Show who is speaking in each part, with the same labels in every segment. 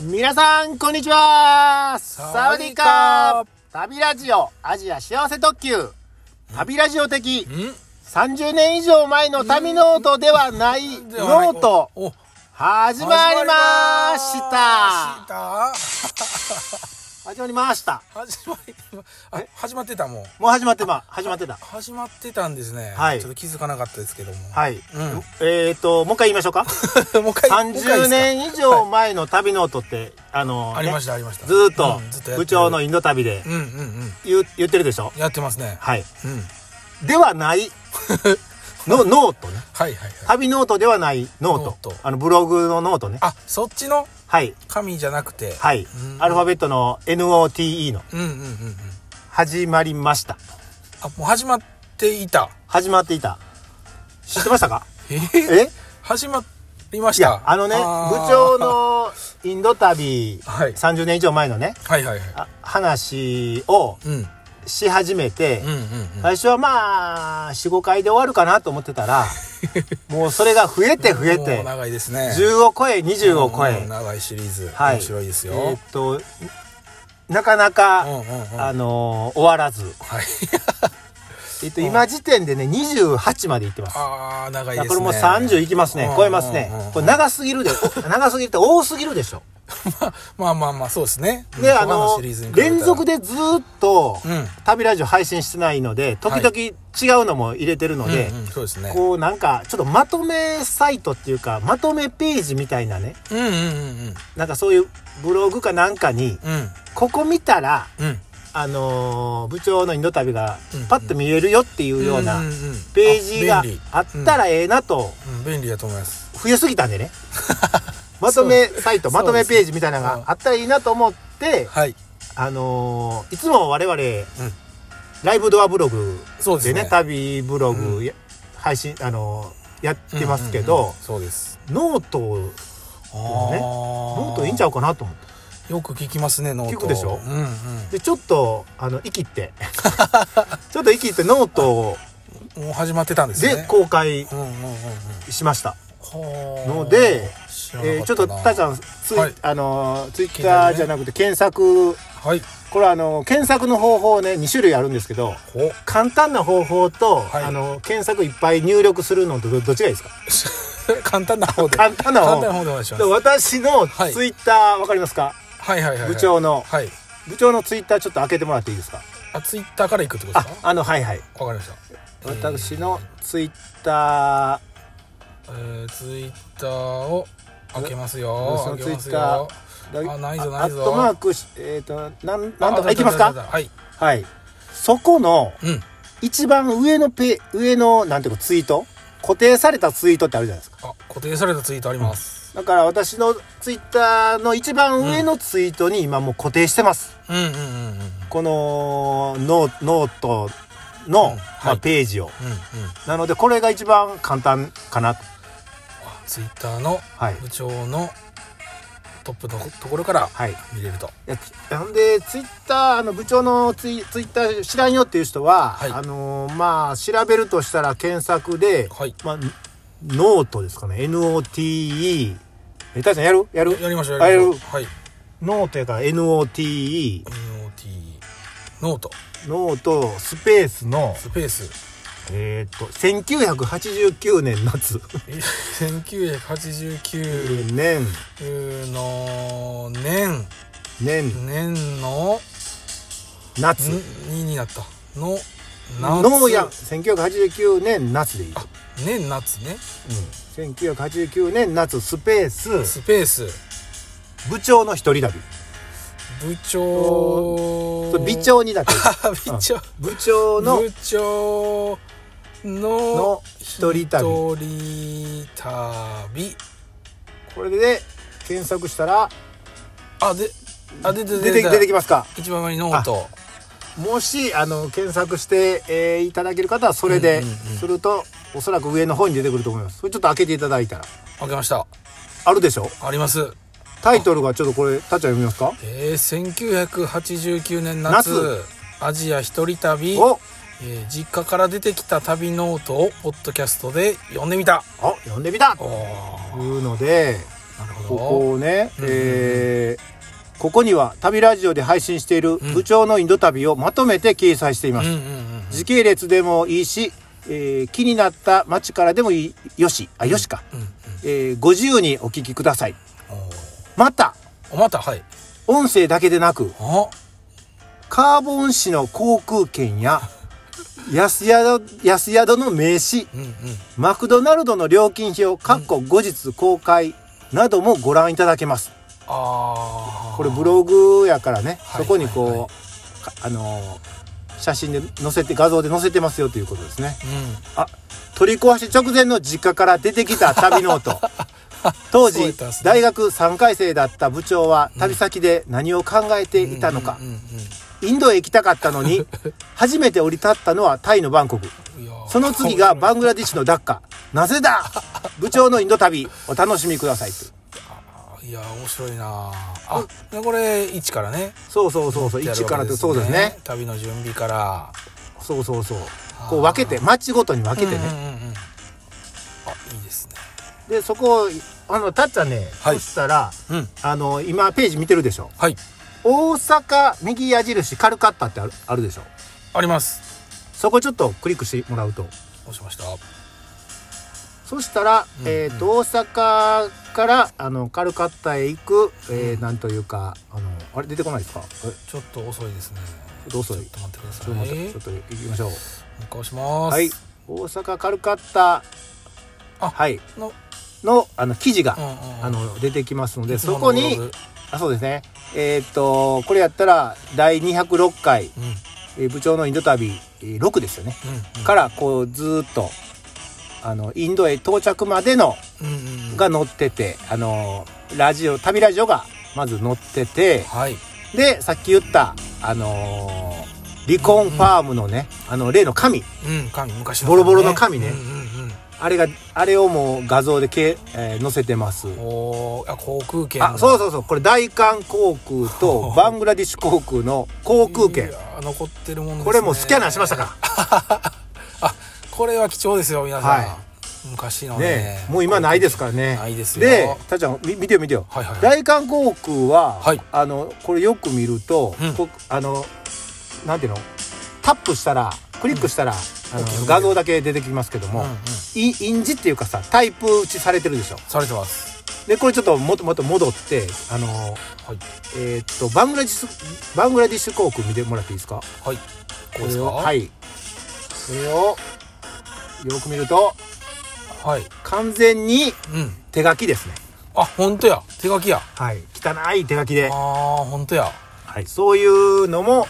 Speaker 1: 皆さん、こんにちはサウディカー旅ラジオアジア幸せ特急旅ラジオ的30年以上前の旅ノートではないノート
Speaker 2: お
Speaker 1: 始まりました
Speaker 2: た
Speaker 1: 始まりました
Speaker 2: 始まりあ始まってたもう
Speaker 1: もう始まってま、始まってた。
Speaker 2: 始まってたんですね、
Speaker 1: はい
Speaker 2: ちょっと気づかなかったですけども
Speaker 1: はい。
Speaker 2: うん
Speaker 1: えっ、ー、と、もう一回言いましょうか。
Speaker 2: もう一回もう一回
Speaker 1: 30
Speaker 2: ですか
Speaker 1: 年以上前の旅ノートって、あの、ね
Speaker 2: ありましたありました
Speaker 1: ずーっと
Speaker 2: うんずっとやってる
Speaker 1: 部長のインド旅で
Speaker 2: うんうんうん
Speaker 1: 言う言ってるでしょ
Speaker 2: やってますね
Speaker 1: はい。
Speaker 2: うん
Speaker 1: では ない。の、ノートね。
Speaker 2: はいはいはい
Speaker 1: 旅ノートではないノート。
Speaker 2: ノート
Speaker 1: あの、ブログのノートね。
Speaker 2: あそっちの
Speaker 1: はい。
Speaker 2: 紙じゃなくて
Speaker 1: はい。
Speaker 2: うん
Speaker 1: アルファベットの NOTE の、
Speaker 2: うんうんうんうん
Speaker 1: 始まりました。
Speaker 2: あもう始まっていた
Speaker 1: 始まっていた。知ってましたか
Speaker 2: え
Speaker 1: え
Speaker 2: 始まりまし
Speaker 1: いや
Speaker 2: た、
Speaker 1: あのね、部
Speaker 2: ー
Speaker 1: 長のインド旅、
Speaker 2: はい
Speaker 1: 30年以上前のね、
Speaker 2: はいはいはい
Speaker 1: あ話を
Speaker 2: うんうん
Speaker 1: し始めて、
Speaker 2: うんうん
Speaker 1: 最初はまあ、4、5回で終わるかなと思ってた ら、もうそれが増えて増え
Speaker 2: も
Speaker 1: て
Speaker 2: う、長いですね
Speaker 1: 10を超え、20を超
Speaker 2: う
Speaker 1: え
Speaker 2: ん、長いシリーズ、
Speaker 1: はい。
Speaker 2: 面白いですよ、
Speaker 1: えーっと、なかな
Speaker 2: うんうん
Speaker 1: か、
Speaker 2: うんは
Speaker 1: あのー終わらず。
Speaker 2: い
Speaker 1: えっと、今時点でね、28までいってます。
Speaker 2: ああ長い
Speaker 1: いや
Speaker 2: ですね
Speaker 1: これもう30いきます
Speaker 2: う
Speaker 1: ね
Speaker 2: ん。
Speaker 1: 超えますね
Speaker 2: うんうんうん。
Speaker 1: これ長すぎるで、お 長すぎるって多すぎるでしょ。
Speaker 2: まあまあまあそうですね
Speaker 1: で、あ
Speaker 2: 他
Speaker 1: の
Speaker 2: シリーズに、比べたら
Speaker 1: 連続でずーっと
Speaker 2: うん、
Speaker 1: 旅ラジオ配信してないので、時々違うのも入れてるので
Speaker 2: う、んうんそうですね
Speaker 1: こうなんか、ちょっとまとめサイトっていうか、まとめページみたいなね、
Speaker 2: うんうんうん
Speaker 1: なんかそういうブログかなんかに、
Speaker 2: うんうん
Speaker 1: ここ見たら、
Speaker 2: うん
Speaker 1: あのー部長のインド旅が
Speaker 2: うん
Speaker 1: パッと見えるよっていうような
Speaker 2: うんうんうん
Speaker 1: ページが
Speaker 2: あ便利
Speaker 1: あったらええなと、
Speaker 2: うん便利だと思います
Speaker 1: 増えすぎたん でね。まとめサイト、まとめページみたいなのがあったらいいなと思って、
Speaker 2: はい
Speaker 1: あのーいつも我々、
Speaker 2: ん
Speaker 1: ライブドアブログ
Speaker 2: そうです
Speaker 1: で
Speaker 2: ね
Speaker 1: ね、旅ブログや、配信、あのーやってますけ
Speaker 2: うんうんう
Speaker 1: ど
Speaker 2: ん、そうです
Speaker 1: ノート、ノートいいんちゃ
Speaker 2: う
Speaker 1: うかなと思って。
Speaker 2: よく聞きますねノート
Speaker 1: 聞くでしょ
Speaker 2: うんうん
Speaker 1: で、ちょっと、あの、息 って、ちょっと息ってノート
Speaker 2: もう始まってたんですね
Speaker 1: で公開
Speaker 2: うんうんうんうん
Speaker 1: しました。
Speaker 2: はあ
Speaker 1: ので
Speaker 2: 知らなか
Speaker 1: えーちょったと
Speaker 2: な
Speaker 1: たちゃんツイ,、
Speaker 2: はい
Speaker 1: あのーツイッ
Speaker 2: 気にな
Speaker 1: ター
Speaker 2: るね
Speaker 1: じゃなくて検索
Speaker 2: はい
Speaker 1: これはあのー検索の方法ね2種類あるんですけど
Speaker 2: お
Speaker 1: 簡単な方法と、
Speaker 2: はい
Speaker 1: あのー検索いっぱい入力するのとどどっちがいいですか
Speaker 2: 簡単な方で
Speaker 1: 簡単な
Speaker 2: 簡
Speaker 1: 方
Speaker 2: 単な方でお願いします
Speaker 1: で私の
Speaker 2: はい
Speaker 1: ツイッターわかりますか、
Speaker 2: はいはいはいはい
Speaker 1: 部長の
Speaker 2: はい
Speaker 1: 部長のツイッターちょっと開けてもらっていいですか
Speaker 2: あツイッターから行くってこと
Speaker 1: あ
Speaker 2: ですか
Speaker 1: あのはいはい
Speaker 2: わかりました
Speaker 1: 私のツイッター
Speaker 2: えー、ツイッターを開けますよ
Speaker 1: その
Speaker 2: 開けます
Speaker 1: ツイッ
Speaker 2: よ
Speaker 1: だ
Speaker 2: あないぞ
Speaker 1: あ
Speaker 2: ないぞ
Speaker 1: アットマークしえっ、となんなんとか
Speaker 2: あ
Speaker 1: いきますか
Speaker 2: 出た出た出た
Speaker 1: はいそこの
Speaker 2: はいうん
Speaker 1: 一番上のペ上のなんていうかツイート固定されたツイートってあるじゃないですか
Speaker 2: あ固定されたツイートあります
Speaker 1: だから私のツイッターの一番上のツイートに今もう固定してます、
Speaker 2: うんうんうんうんうんうん
Speaker 1: このノノートの、
Speaker 2: うん
Speaker 1: ま
Speaker 2: は
Speaker 1: あ、
Speaker 2: い
Speaker 1: ページをなのでこれが一番簡単かなと
Speaker 2: あツイッターの
Speaker 1: はい
Speaker 2: 部長のトップのところから
Speaker 1: はいい
Speaker 2: 見れると
Speaker 1: やつなんでツイッターあの部長のツイツイッター知らんよっていう人は、
Speaker 2: はい
Speaker 1: あのーまあ調べるとしたら検索で、
Speaker 2: はい
Speaker 1: まあ、ノートですかね NOTE えたちゃんやるやる
Speaker 2: やりましょうやりましょう
Speaker 1: あ
Speaker 2: はい
Speaker 1: ノートやから NOTE、
Speaker 2: NOT ノート
Speaker 1: ノートスペースの、
Speaker 2: スペース
Speaker 1: えーっと、1989年夏
Speaker 2: 1989
Speaker 1: 年、
Speaker 2: の年
Speaker 1: 年、
Speaker 2: 年の
Speaker 1: 夏。
Speaker 2: んにになったの夏
Speaker 1: ノーヤン、1989年夏でいい。
Speaker 2: あ年夏ね
Speaker 1: うん、1989年夏、スペース、
Speaker 2: スペース
Speaker 1: 部長の一人旅。
Speaker 2: 部長
Speaker 1: そう美長に だけ。
Speaker 2: あ部長
Speaker 1: 部長の
Speaker 2: 部長の
Speaker 1: の一人旅。
Speaker 2: 一人旅
Speaker 1: これで検索したら、
Speaker 2: あであでで
Speaker 1: 出て、出てきますか。
Speaker 2: 一番上にノート
Speaker 1: もしあの検索して、えーいただける方はそれで、
Speaker 2: うんうんうん
Speaker 1: するとおそらく上の方に出てくると思いますそれちょっと開けていただいたら
Speaker 2: 開けました
Speaker 1: あるでしょ
Speaker 2: あります
Speaker 1: タイトルがちょっとこれたっちゃん読みますか
Speaker 2: えー、1989年夏
Speaker 1: 夏
Speaker 2: アジア一人旅、え
Speaker 1: お
Speaker 2: ー実家から出てきた旅ノートをポッドキャストで読んでみた
Speaker 1: あ読んでみた
Speaker 2: おー
Speaker 1: というので
Speaker 2: なる
Speaker 1: こ
Speaker 2: ほど
Speaker 1: こをね、
Speaker 2: うんうんうん
Speaker 1: えここには旅ラジオで配信している部長のインド旅をまとめて掲載していま
Speaker 2: うん
Speaker 1: す、
Speaker 2: うんうん
Speaker 1: 時系列でもいいし、えー気になった街からでもいいよしあよしか、
Speaker 2: うんうん
Speaker 1: えーご自由にお聞きくださいまた
Speaker 2: おまたはい
Speaker 1: 音声だけでなく
Speaker 2: あ
Speaker 1: カーボン市の航空券や安宿安宿の名刺
Speaker 2: うんうん
Speaker 1: マクドナルドの料金表かっこ後日公開などもご覧いただけます
Speaker 2: ああ
Speaker 1: これブログやからね、
Speaker 2: はい
Speaker 1: そこにこう、
Speaker 2: はいはい
Speaker 1: かあのー写真で載せて画像で載せてますよということですね
Speaker 2: うん
Speaker 1: あ取り壊し直前の実家から出てきた旅ノー ト当
Speaker 2: そうや
Speaker 1: 時、
Speaker 2: ったんすね
Speaker 1: 大学3回生だった部長は旅先で何を考えていたのか、
Speaker 2: うんうん
Speaker 1: インドへ行きたかったの に初めて降り立ったのはタイのバンコク
Speaker 2: うんいやー
Speaker 1: その次がバングラディッシュのダッカなぜだ部長のインド旅お楽しみくださいと
Speaker 2: いやー面白いなあでこれ1からね
Speaker 1: そうそうそうそう
Speaker 2: やる
Speaker 1: 1
Speaker 2: わけ
Speaker 1: からってそうですね
Speaker 2: 旅の準備から
Speaker 1: そうそうそう
Speaker 2: ー
Speaker 1: こう分けて街ごとに分けて
Speaker 2: うんうん
Speaker 1: ね、
Speaker 2: うんうんあいいですね
Speaker 1: でそこをあのたっちゃんね、
Speaker 2: はい
Speaker 1: そしたら
Speaker 2: うん
Speaker 1: あの今ページ見てるでしょ
Speaker 2: はい
Speaker 1: 大阪右矢印カルカッタってあるあるでしょ
Speaker 2: あります
Speaker 1: そこちょっとクリックしてもらうと
Speaker 2: 押しました
Speaker 1: そしたら、
Speaker 2: うん
Speaker 1: えーと大阪からあのカルカッタへ行く、えー
Speaker 2: うん
Speaker 1: なんというかあのあれ出てこないですかえ
Speaker 2: ちょっと遅いですね
Speaker 1: ちょっと遅い
Speaker 2: ちょっと待ってくださ
Speaker 1: ちょ
Speaker 2: い
Speaker 1: っと
Speaker 2: もう
Speaker 1: 待ってちょっと行きましょう
Speaker 2: 一回押します
Speaker 1: はい大阪カルカッタ
Speaker 2: あ
Speaker 1: はい
Speaker 2: の
Speaker 1: のあの記事が、
Speaker 2: うんうんうん
Speaker 1: あの出てきますので
Speaker 2: いつも
Speaker 1: そ
Speaker 2: の
Speaker 1: こに
Speaker 2: ブログ
Speaker 1: あそうですねえーっとこれやったら第206回、
Speaker 2: うんうん
Speaker 1: えー部長のインド旅えー6ですよね、
Speaker 2: うん
Speaker 1: からこうずーっとあのインドへ到着までの
Speaker 2: うんうんうん
Speaker 1: が載っててあのラジオ旅ラジオがまず載ってて
Speaker 2: はい
Speaker 1: でさっき言ったあの離婚ファームのね、あの例の紙
Speaker 2: うん神昔の
Speaker 1: ボロボロの神ね
Speaker 2: うんうん
Speaker 1: あれがあれをもう画像でけ、えー載せてます
Speaker 2: うんおーあ航空券
Speaker 1: あそうそうそうこれ大韓航空とバングラディッシュ航空の航空券
Speaker 2: いやー残ってるもんですね
Speaker 1: これもうスキャナーしましたか
Speaker 2: あこれは貴重ですよ皆さん、
Speaker 1: は
Speaker 2: 昔の
Speaker 1: ね
Speaker 2: ね
Speaker 1: もう今ないですからね
Speaker 2: ないですよ
Speaker 1: でたっちゃんみ見てよ見てよ
Speaker 2: はいはいはい
Speaker 1: 大韓航空は、
Speaker 2: はい
Speaker 1: あのこれよく見ると、
Speaker 2: うん
Speaker 1: こあのなんていうのタップしたらクリックしたら、あ
Speaker 2: 大きく見え
Speaker 1: の
Speaker 2: る
Speaker 1: 画像だけ出てきますけども、
Speaker 2: うんうん
Speaker 1: い印字っていうかさタイプ打ちされてるでしょ
Speaker 2: されてます
Speaker 1: でこれちょっともっともっと戻ってあの
Speaker 2: はい
Speaker 1: えーっとバングラディスバングラディッシュ航空見てもらっていいですか
Speaker 2: はいこうです
Speaker 1: れ
Speaker 2: か
Speaker 1: をはいそれをよく見ると
Speaker 2: はい
Speaker 1: 完全に
Speaker 2: うん
Speaker 1: 手書きですね
Speaker 2: あ本当や手書きや
Speaker 1: はい汚い手書きで
Speaker 2: あ、ー本当や
Speaker 1: はい、そういうのも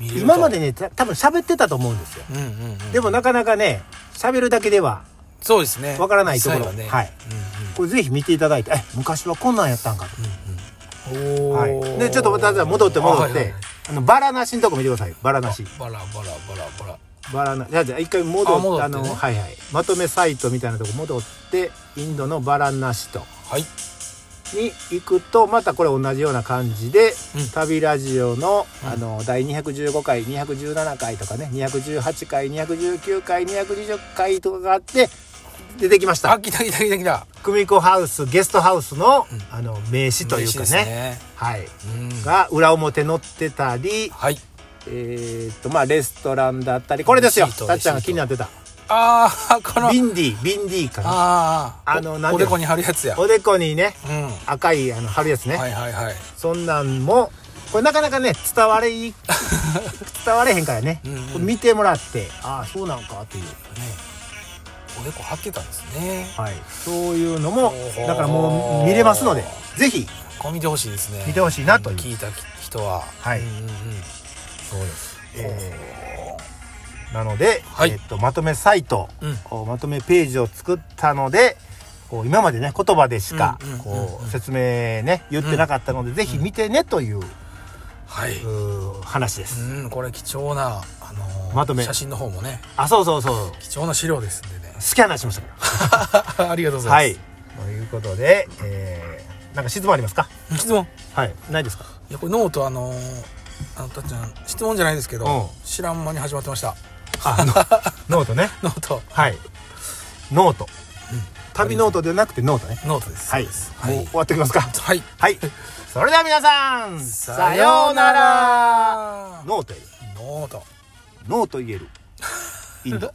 Speaker 2: 見れると
Speaker 1: 今までねた多分喋ってたと思うんですよ
Speaker 2: うんうん、うん、
Speaker 1: でもなかなかね喋るだけでは
Speaker 2: そうですね
Speaker 1: わからないところ
Speaker 2: 実際ね
Speaker 1: はい
Speaker 2: うん
Speaker 1: これぜひ見ていただいてえ昔はこんなんやったんかと、
Speaker 2: うんうんお
Speaker 1: は
Speaker 2: ー
Speaker 1: い、でちょっとまた戻って戻ってあ,、
Speaker 2: はいはいはい
Speaker 1: のバラなしのとこ見てくださいバラなし
Speaker 2: バラバラバラバラ
Speaker 1: バラなじゃあじゃあ一回戻
Speaker 2: あ
Speaker 1: っ
Speaker 2: 戻ってて
Speaker 1: あの、
Speaker 2: ね
Speaker 1: はいはい、まとめサイトみたいなとこ戻ってインドのバラなしと
Speaker 2: はい
Speaker 1: に行くとまたこれ同じような感じで、
Speaker 2: うん
Speaker 1: 旅ラジオの,、
Speaker 2: うん
Speaker 1: あの第215回217回とかね218回219回220回とかがあって出てきまし
Speaker 2: あ
Speaker 1: た
Speaker 2: 来た来た来た来た
Speaker 1: 久美子ハウスゲストハウスの,、
Speaker 2: うん
Speaker 1: あの名刺というか
Speaker 2: 嬉し
Speaker 1: ね
Speaker 2: ですね
Speaker 1: はい、
Speaker 2: うん
Speaker 1: が裏表載ってたり、
Speaker 2: はい
Speaker 1: えーっとまあレストランだったりこれですよ
Speaker 2: レシート
Speaker 1: たっちゃんが気になってた
Speaker 2: ああこの
Speaker 1: ビンディビンディかな
Speaker 2: ああ
Speaker 1: あのなん
Speaker 2: お
Speaker 1: て
Speaker 2: お
Speaker 1: いうの
Speaker 2: でこに貼るやつや
Speaker 1: おでこにね
Speaker 2: うんは
Speaker 1: 赤いあの貼るやつね、
Speaker 2: いはいはい
Speaker 1: そんなんもこれなかなかね伝われい 伝われへんからね
Speaker 2: うんうん
Speaker 1: これ見てもらってああそうなんかっていうね
Speaker 2: おでこ貼ってたんですね
Speaker 1: はいそういうのも
Speaker 2: ほほ
Speaker 1: だからもう見れますのでぜひ
Speaker 2: これ見てほしいですね
Speaker 1: 見てほしいなという
Speaker 2: 聞いた人は
Speaker 1: はい
Speaker 2: うんうんうん
Speaker 1: そうです、えーなので、
Speaker 2: はい
Speaker 1: えっとまとめサイト、
Speaker 2: うん
Speaker 1: こうまとめページを作ったのでこう今までね言葉でしか
Speaker 2: うんうんうん
Speaker 1: こう説明ね言ってなかったので、ぜひ見てねという,、
Speaker 2: はいう
Speaker 1: ー話です、
Speaker 2: うんこれ貴重なあのー
Speaker 1: まとめ
Speaker 2: 写真の方もね
Speaker 1: あそうそうそう
Speaker 2: 貴重な資料ですん でね
Speaker 1: スキャナーしましたから
Speaker 2: ありがとうござ
Speaker 1: はいい。ということで、えー、なんか質問ありますか。
Speaker 2: ます質問
Speaker 1: はい。ないですか。
Speaker 2: いやこれノートあのーあのたっちゃん質問じゃないですけど
Speaker 1: う
Speaker 2: 知らん間に始まってました
Speaker 1: あ、ノノートね。
Speaker 2: ノート
Speaker 1: はい。ノート。旅ノートでなくてノートね
Speaker 2: ノートです。
Speaker 1: はい
Speaker 2: は
Speaker 1: もう
Speaker 2: い。
Speaker 1: 終わっておきますか
Speaker 2: はい。
Speaker 1: はいそれでは皆さんさようならノートへ
Speaker 2: ノート。
Speaker 1: ノーと言えるインド